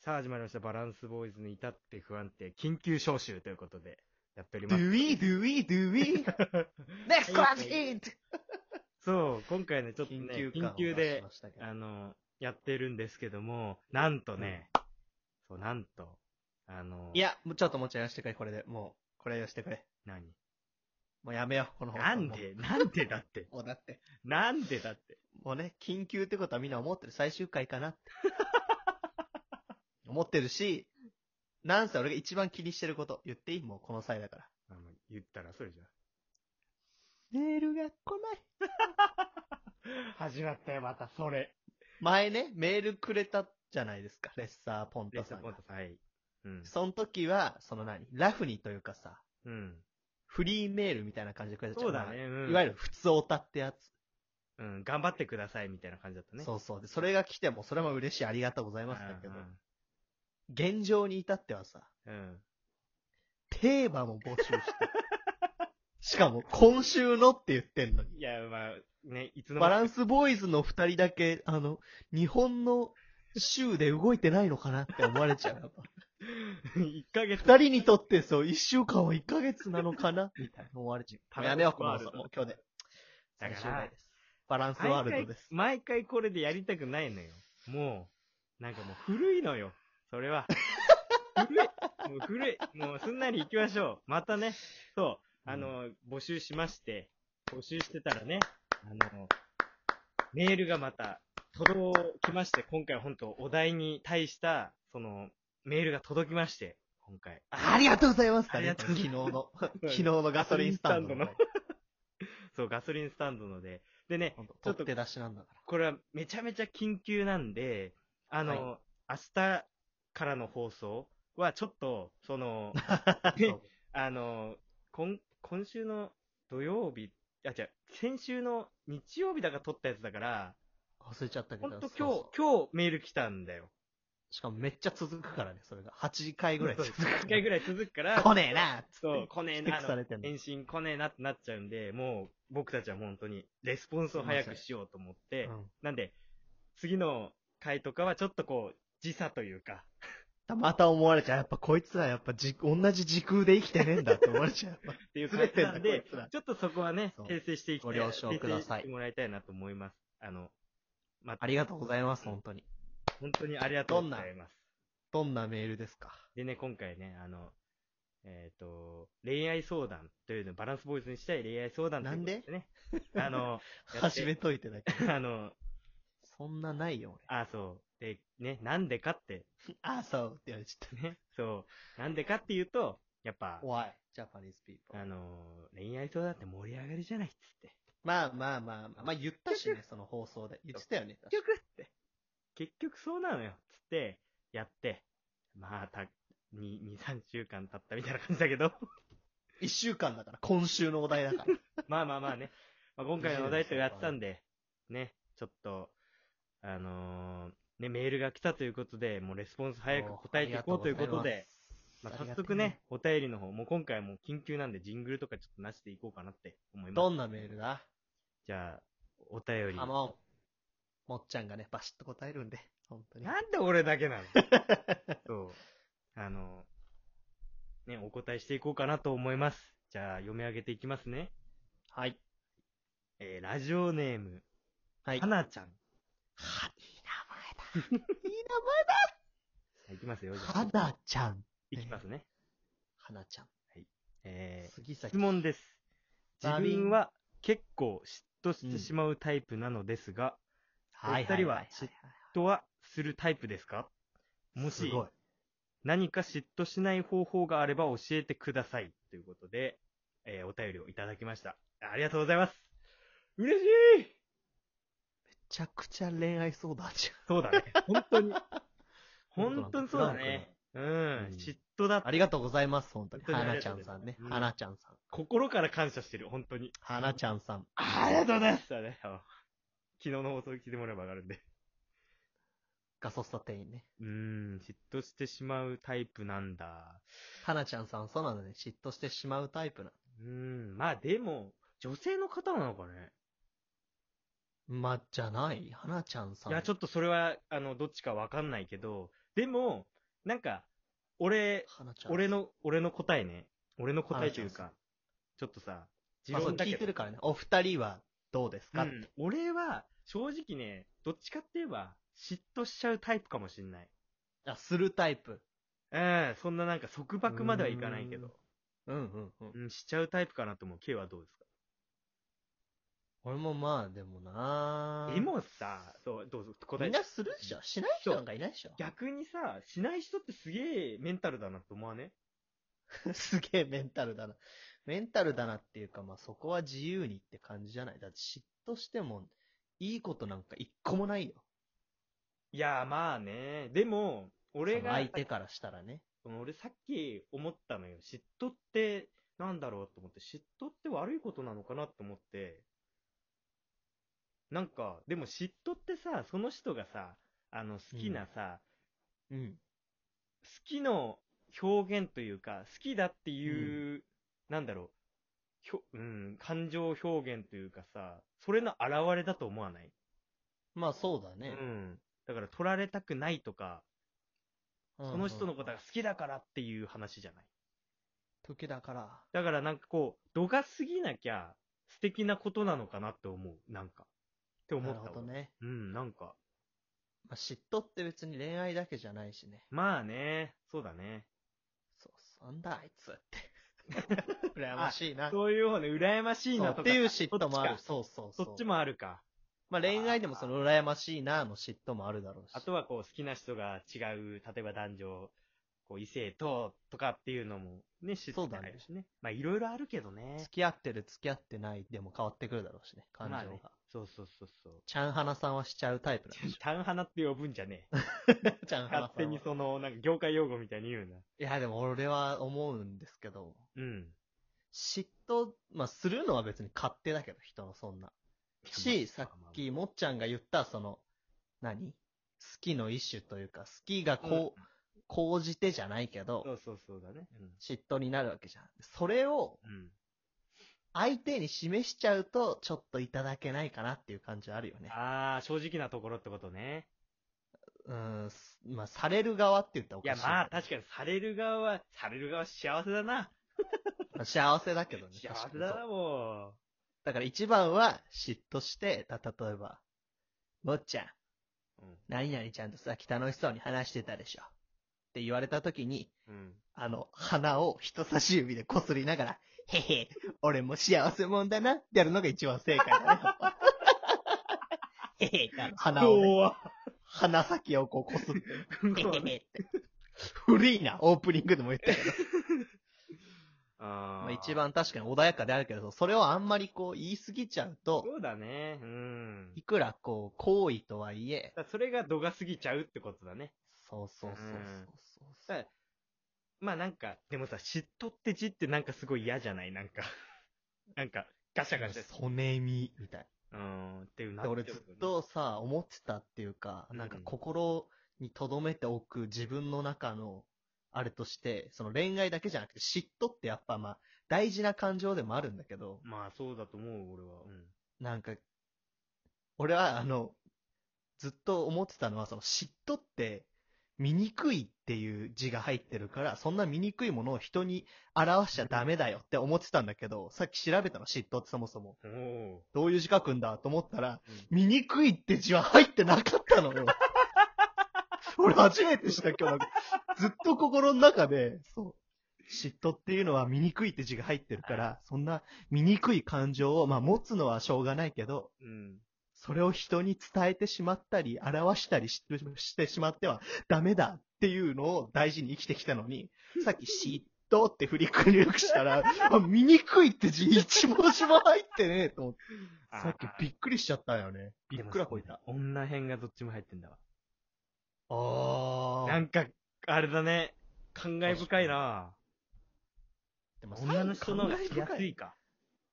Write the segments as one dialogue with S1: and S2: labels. S1: さあ始まりました。バランスボーイズに至って不安定、緊急招集ということで、やっており
S2: ド
S1: ます。
S2: ゥイドゥイ ドゥイ !NEXT CLASS HIT!
S1: そう、今回ね、ちょっとね、緊急で、
S2: ましたけど
S1: あの、やってるんですけども、なんとね、そう、なんと、あの、
S2: い、や、もうちょっともうちょいやしてくれ、これで。もう、これやしてくれ。
S1: 何
S2: もうやめよう、この放送
S1: なんで、なんでだ って、
S2: もうもうだって。
S1: なんでだって。
S2: もうね、緊急ってことはみんな思ってる。最終回かなって。 思ってるし、なんせ俺が一番気にしてること言っていいもうこの際だから。
S1: あの言ったらそれじゃ。
S2: メールが来ない。
S1: 始まったよ、また、それ。
S2: 前ね、メールくれたじゃないですか。レッサーポン
S1: レ
S2: タ
S1: ッサ
S2: さん
S1: ポン
S2: が
S1: タ。さんはい。うん。
S2: その時は、その何ラフにというかさ、
S1: うん。
S2: フリーメールみたいな感じでくれたじゃん
S1: そうだね、
S2: ま
S1: う
S2: あ
S1: ん。
S2: いわゆる普通オタってやつ。
S1: うん、頑張ってください、みたいな感じだったね。
S2: そうそう。で、それが来ても、それも嬉しい、ありがとうございますだけど、
S1: う
S2: 現状に至ってはさ、
S1: ん。うん。
S2: テーマも募集 して。しかも、今週のって言ってんのに。
S1: いや、まあ、ね、いつの
S2: バ
S1: 間
S2: ランスボーイズの二人だけ、あの、日本の州で動いてないのかなって思われちゃう。 やっぱ
S1: 1ヶ月
S2: 二人にとってそう、一週間は一ヶ月なのかなみたいな思われ ちゃう。
S1: パラ
S2: や
S1: ド
S2: め
S1: ッ
S2: よ
S1: ク
S2: う、も
S1: ワールド
S2: うもう今日で。
S1: だから
S2: 最終回です。バランスワールドです。
S1: 毎回、毎回これでやりたくないのよ。もう、なんかもう古いのよ。それは。古い。もう古い。もうすんなり行きましょう。またね、そう、あの、募集しまして、募集してたらね、あの、メールがまた届きまして、今回本当お題に対した、その、メールが届きまして、今回。
S2: ありがとうございます。
S1: ありがとうござい
S2: 昨日の、昨日のガソリンスタンドの。
S1: ガソそう、ガソリンスタンドので。でね、
S2: ちょっと手出しなんだか
S1: これはめちゃめちゃ緊急なんで、あの、明日からの放送はちょっと、そ の、
S2: ら。
S1: そう あの、今、今週の土曜日、あ、違う、先週の日曜日だから撮ったやつだから、
S2: 忘れちゃったけ
S1: ほ
S2: ど。
S1: んと
S2: そう
S1: 今日
S2: そ、
S1: 今日メール来たんだよ。
S2: うしかもめっちゃ続くからね、それが。8回ぐらい続く。
S1: 1回ぐらい続くから、
S2: 来ねえなっつって
S1: そう、来ねえ
S2: 指
S1: な、
S2: 摘さ
S1: あの
S2: れてんの
S1: 返信来ねえなってなっちゃうんで、もう僕たちは本当にレスポンスを早くしようと思って、
S2: うん
S1: なんで、次の回とかはちょっとこう、時差というか、
S2: たまた思われちゃう。やっぱこいつらやっぱじ、同じ時空で生きてねえんだって思われちゃう。やっぱ
S1: っていう感じなんで
S2: ずれてんだこいつら、
S1: ちょっとそこはね
S2: そう、
S1: 訂正していきたい。
S2: ご了承くださ
S1: 訂正し
S2: い
S1: てもらいたいなと思います。あの、ま
S2: ありがとうございます、本当に。
S1: 本当にありがとうございます。
S2: どんなメールですか
S1: でね、今回ね、あの、えっ、と、恋愛相談というの、バランスボーイズにしたい恋愛相談ということね。あの、やって
S2: 始めといてだけど。
S1: あの、
S2: そんなないよ、
S1: あ、そう。で、ね、なんでかって、
S2: 俺。あ、そうって言われちゃった。
S1: ね、そう。なんでかっていうと、やっぱ、
S2: 怖い。ジャパニーズピーポ
S1: あ
S2: ー。
S1: の、恋愛相談って盛り上がりじゃないっつって。
S2: まあまあまあまあ、まあ言ったしね、その放送で。言ってたよね。確か
S1: 結局って。結局そうなのよ。つって、やって、まあ、た、2、2、3週間経ったみたいな感じだけど。
S2: 一週間だから、今週のお題だから。
S1: まあまあまあね。まあ、今回のお題とやってたんで、ね、ちょっと、あのーね、メールが来たということで、もうレスポンス 早く答えていこうということで、まあ、
S2: ありがとうございます、
S1: 早速ね、お便りの方、もう今回はもう緊急なんで、ジングルとかちょっとなしでいこうかなって思い
S2: ありがとうね。
S1: ます。
S2: どんなメールだ
S1: じゃあ、お便り。
S2: あ、もう、もっちゃんがね、バシッと答えるんで、本当に。
S1: なんで俺だけ なのそう。あの、ね、お答えしていこうかなと思います。じゃあ、読み上げていきますね。
S2: はい。
S1: えーラジオネーム、
S2: はい。
S1: はなちゃん。
S2: はいい名前だ。いい名
S1: いきますよ、じゃあ
S2: 前だ。はなちゃん。
S1: いきますね。
S2: はなちゃん。
S1: えー
S2: 杉
S1: 質
S2: 崎。
S1: 問です。
S2: バ
S1: 自
S2: ービン
S1: 分は結構嫉妬し
S2: う
S1: て
S2: ん
S1: しまうタイプなのですが、
S2: はい。
S1: お二人はい
S2: いいい
S1: 嫉妬はするタイプですかも
S2: す
S1: し
S2: ごい。
S1: 何か嫉妬しない方法があれば教えてください。ということで、えーお便りをいただきました。ありがとうございます。嬉しい
S2: めちゃくちゃ恋愛相談じ
S1: そうだね。 本当に。
S2: ゃん。
S1: 本当にそうだね。。うん。嫉妬だ
S2: ありがとうございます、本当に。
S1: 本当
S2: は
S1: にあ
S2: な
S1: り
S2: ち
S1: が
S2: ゃ
S1: とうご
S2: ん
S1: ざいま
S2: さ
S1: す
S2: んね。
S1: うん
S2: はなちゃんさん。
S1: 心から感謝してる。本当に。
S2: はなちゃんさん。
S1: ありがとうございます。だね。 あ昨日の放送聞いてもらえばわかるんで。
S2: ガソスタ店員ね。
S1: うーん、嫉妬してしまうタイプなんだ。
S2: はなちゃんさん、そうなのね。嫉妬してしまうタイプなの
S1: うーん、まあでも、女性の方なのかね。
S2: まあ、じゃない花ちゃんさん。
S1: いや、ちょ
S2: っ
S1: っとそれは、あの、どっちかわかんないけど、でも、なんか、俺、
S2: と、花ちゃん。
S1: 俺の、俺の答えね。俺の答えという
S2: あ
S1: か、ちょっとさ、
S2: まあ、そう
S1: だけ
S2: 聞い
S1: ど
S2: てるからね。お二人はどうですか、
S1: うん俺は、正直ね、どっちかって言えば、嫉妬しちゃうタイプかもしんない。
S2: あ、するタイプ。
S1: うん、そんななんか束縛まではいかないけど、
S2: うんうんうん。
S1: うん、しちゃうタイプかなと思う。K はどうですか
S2: 俺もまあ、でもな
S1: でもさ、そう、どうぞ、答
S2: み
S1: え
S2: ん。なするでしょしない人なんかいないでしょ
S1: 逆にさ、しない人ってすげえメンタルだなと思わね
S2: すげえメンタルだな。メンタルだなっていうか、まあそこは自由にって感じじゃない。だって嫉妬しても、いいことなんか一個もないよ。
S1: いやー、まあね。でも、俺
S2: その
S1: が、
S2: 相手からしたらね。
S1: その俺さっき思ったのよ。嫉妬って、なんだろうと思って、嫉妬って悪いことなのかなと思って、なんか、でも嫉妬ってさ、その人がさ、あの、好きなさ、
S2: うん。
S1: 好きの表現というか、好きだっていう、なんだろう、ひょうん、感情表現というかさ、それの表れだと思わない、
S2: まあそうだね
S1: う。ん。だから、取られたくないとか、
S2: うん
S1: その人の
S2: うん
S1: ことが好きだからっていう話じゃない。
S2: 時だから。
S1: だからなんかこう、度が過ぎなきゃ素敵なことなのかなって思う。なんか。って思
S2: な
S1: っ
S2: る
S1: たわ
S2: ほどね。
S1: うん、なんか。
S2: まあ、嫉妬って別に恋愛だけじゃないしね。
S1: まあね、そうだね。
S2: そう、そんだあいつって。 羨ましいな。
S1: そういう方ね、羨ましいな
S2: そう
S1: とか。
S2: っていう嫉妬もあ
S1: どっ
S2: る。
S1: ちか
S2: そうそう
S1: そ
S2: そう。
S1: っちもあるか。
S2: まあ恋愛でもその羨ましいなの嫉妬もあるだろうし。
S1: あとはこう、好きな人が違う、例えば男女、こう、異性と、とかっていうのも、ね、知って
S2: そうだ
S1: な
S2: ね
S1: いしね。まあいろいろあるけどね
S2: 付。き合ってる付き合ってないでも変わってくるだろうしね、感情
S1: まあ
S2: が。
S1: ね。そうそうそうそう。
S2: ちゃんはなさんはしちゃうタイプなんでし
S1: タンハナって呼ぶんじゃねえ。
S2: ょ。ちゃんはな
S1: 勝
S2: さ
S1: 手
S2: んは。
S1: に
S2: い
S1: その、なんか業界用語みたいに言うな。
S2: や、でも俺は思うんですけど、
S1: うん。
S2: 嫉妬、まあ、するのは別に勝手だけど、人のそんな。し、さっき、もっちゃんが言った、その、何好きの一種というか、好きがこう、高じてじゃないけ
S1: そ
S2: ど、
S1: うそうそうだね。
S2: 嫉妬になるわけじゃん。それを
S1: うん。
S2: 相手に示しちゃうと、ちょっといただけないかなっていう感じあるよね。
S1: ああ、正直なところってことね。
S2: うん、すまあ、される側って言ったらお
S1: い
S2: か
S1: や、
S2: しい。
S1: まあ、確かにされる側は、される側は幸せだな。
S2: まあ幸せだけどね。
S1: 幸
S2: 確か
S1: せ
S2: にそう
S1: だな、も
S2: だから一番は嫉妬して、た、例えば、もっちゃん、
S1: う。
S2: 何々ちゃんとさ、楽しそうに話してたでしょ。って言われた時に、
S1: うん。うん。
S2: あの、鼻を人差し指でこすりながら、へへ、俺も幸せもんだなってやるのが一番正解だ ね。へへってあの鼻をね、
S1: は、
S2: 鼻先をこうこすって、へ
S1: そう
S2: へへって。古いな、オープニングでも言ったけど。
S1: あ
S2: まあ
S1: ー
S2: 一。番確かに穏やかであるけど、それをあんまりこう言い過ぎちゃうと、
S1: そうだね。うん。
S2: いくらこう、好意とはいえ、
S1: だからそれが度が過ぎちゃうってことだね。
S2: そうそうそうそうそう。
S1: うんまあなんか、でもさ、嫉妬って字ってなんかすごい嫌じゃないなんか。 なんか、ガシャガシャ。
S2: ソネミみたい
S1: うん。っていうな
S2: な。
S1: っ
S2: で、
S1: ちゃうよ
S2: 俺
S1: ね
S2: ずっ、とさ、思ってたっていうか、
S1: うん
S2: なんか心に留めておく自分の中の、あれとして、その恋愛だけじゃなくて嫉妬ってやっぱまあ、大事な感情でもあるんだけど、
S1: まあそうだと思う、俺は。うん。
S2: なんか、俺はあの、ずっと思ってたのは、その嫉妬って、醜いっていう字が入ってるから、そんな醜いものを人に表しちゃダメだよって思ってたんだけど、さっき調べたの、嫉妬ってそもそも。
S1: おお。
S2: どういう字書くんだと思ったら、
S1: う
S2: 醜いって字は入ってなかったのよ。俺初めてした今日。ずっと心の中で、そう。嫉妬っていうのは醜いって字が入ってるから、そんな醜い感情を、まあ持つのはしょうがないけど、
S1: うん。
S2: それを人に伝えてしまったり、表したりししてしまってはダメだっていうのを大事に生きてきたのに、さっき嫉妬って振り返りしたら、あ醜いって字一文字も入ってねえと思って。さっきびっくりしちゃったよね。びっくらこいた。
S1: でもそうね女編がどっちも入ってんだわ。
S2: あ
S1: なんか、あれだね。感慨深いな
S2: でも
S1: 女の人の方がしや
S2: 感慨
S1: す
S2: 深
S1: いか。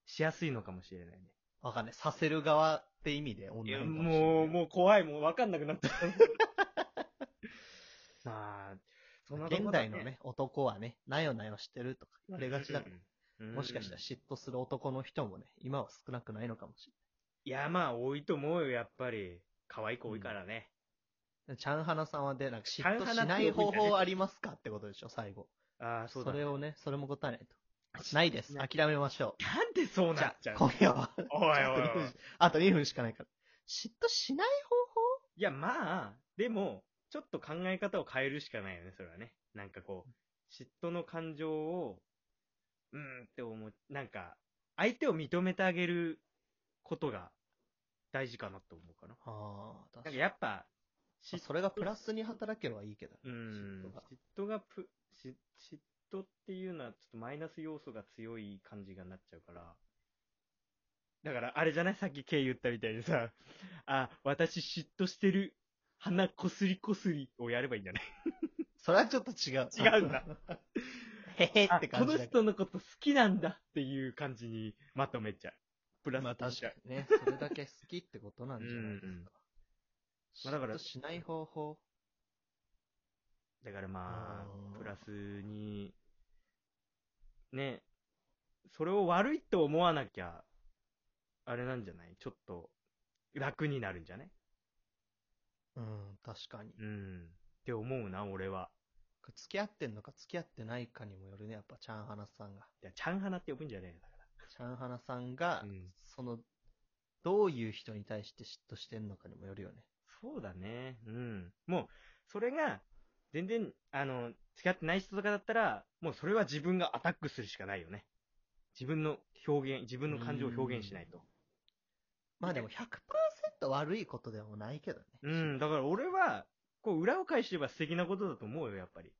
S1: しやすいのかもしれないね。
S2: わかんない。させる側って意味で
S1: い
S2: 女
S1: や、
S2: の子
S1: もう、もう怖い。もうわかんなくなっ ちゃった。まあ、そんなとこだ
S2: 現代の。ね、男はね、なよなよしてるとか言われがちだから、
S1: うん
S2: もしかしたら嫉妬する男の人もね、今は少なくないのかもし
S1: いや、まあ、多いと思うよ、やっぱり。可愛い子多いからね。
S2: ちゃんはなさんはで、なんか嫉
S1: ちゃ
S2: 妬
S1: んは
S2: し
S1: な
S2: な
S1: って
S2: い
S1: 呼ぶ
S2: 方
S1: んだね
S2: 法ありますかってことでしょ、最後。
S1: ああ、そうだ、ね。
S2: れをね、それも答えないと。ないです。
S1: ね
S2: 諦めましょ
S1: なんでそう
S2: う。じ
S1: なっ
S2: ゃ
S1: ちゃ
S2: あ、
S1: うの
S2: 今夜は。
S1: おいおいおい。
S2: あと2分しかないから。嫉妬しない
S1: いや、まあ、でも、ちょっと考え方を変えるしかないよね、それはね。なんかこう、嫉妬の感情を、うーんって思う、なんか、相手を認めてあげることが大事かなと思うかな。
S2: 方法ああ、
S1: なんか
S2: 確か
S1: やっぱ、
S2: に。
S1: 嫉
S2: それがプラスに働ければいいけど。
S1: うーん、
S2: 嫉妬
S1: 嫉
S2: が
S1: 妬がプ、嫉嫉妬っていうのはちょっとマイナス要素が強い感じがなっちゃうから。だから、あれじゃないさっき K 言ったみたいにさ、あ、私嫉妬してる。鼻こすりこすりをやればいいんじゃない
S2: それはちょっと違う。
S1: 違うんだ。
S2: へへっ
S1: あ
S2: て
S1: こ
S2: 感じ
S1: の
S2: だけど。
S1: 人のこと好きなんだっていう感じにまとめちゃう。プラス
S2: まあ
S1: にしち
S2: 確か
S1: ゃう
S2: にね。それだけ好きってことなんじゃないですか。
S1: うんまあだから
S2: 嫉妬しない方法。
S1: だからま
S2: あー
S1: あ、プラスに、ね、それを悪いと思わなきゃ、あれなんじゃないちょっと、楽になるんじゃない
S2: うん、確かに。
S1: うん。って思うな、俺は。
S2: 付き合ってんのか付き合ってないかにもよるね、やっぱチャンハナさんが。
S1: いや、ちゃんはなって呼ぶんじゃねえよ。だか
S2: チャンハナさんが、
S1: らうん。
S2: その、どういう人に対して嫉妬してんのかにもよるよね。
S1: そうだね。うん。もう、それが、全然、あの、付き合ってない人とかだったら、もうそれは自分がアタックするしかないよね。自分の表現、自分の感情を表現しないと。
S2: まあでも100%悪いことでもないけどね。
S1: うん、だから俺は、こう、裏を返してれば素敵なことだと思うよ、やっぱり。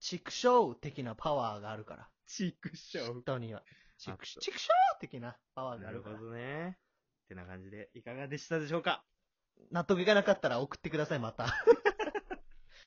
S2: 畜生的なパワーがあるから。
S1: チクシ
S2: 嫉妬には。畜
S1: あそ
S2: 生
S1: う
S2: 畜生的なパワーが
S1: な
S2: あ
S1: る
S2: るか
S1: ほ
S2: ら。
S1: どね。ってな感じで、いかがでしたでしょうか
S2: 納得いかなかったら送ってください、また。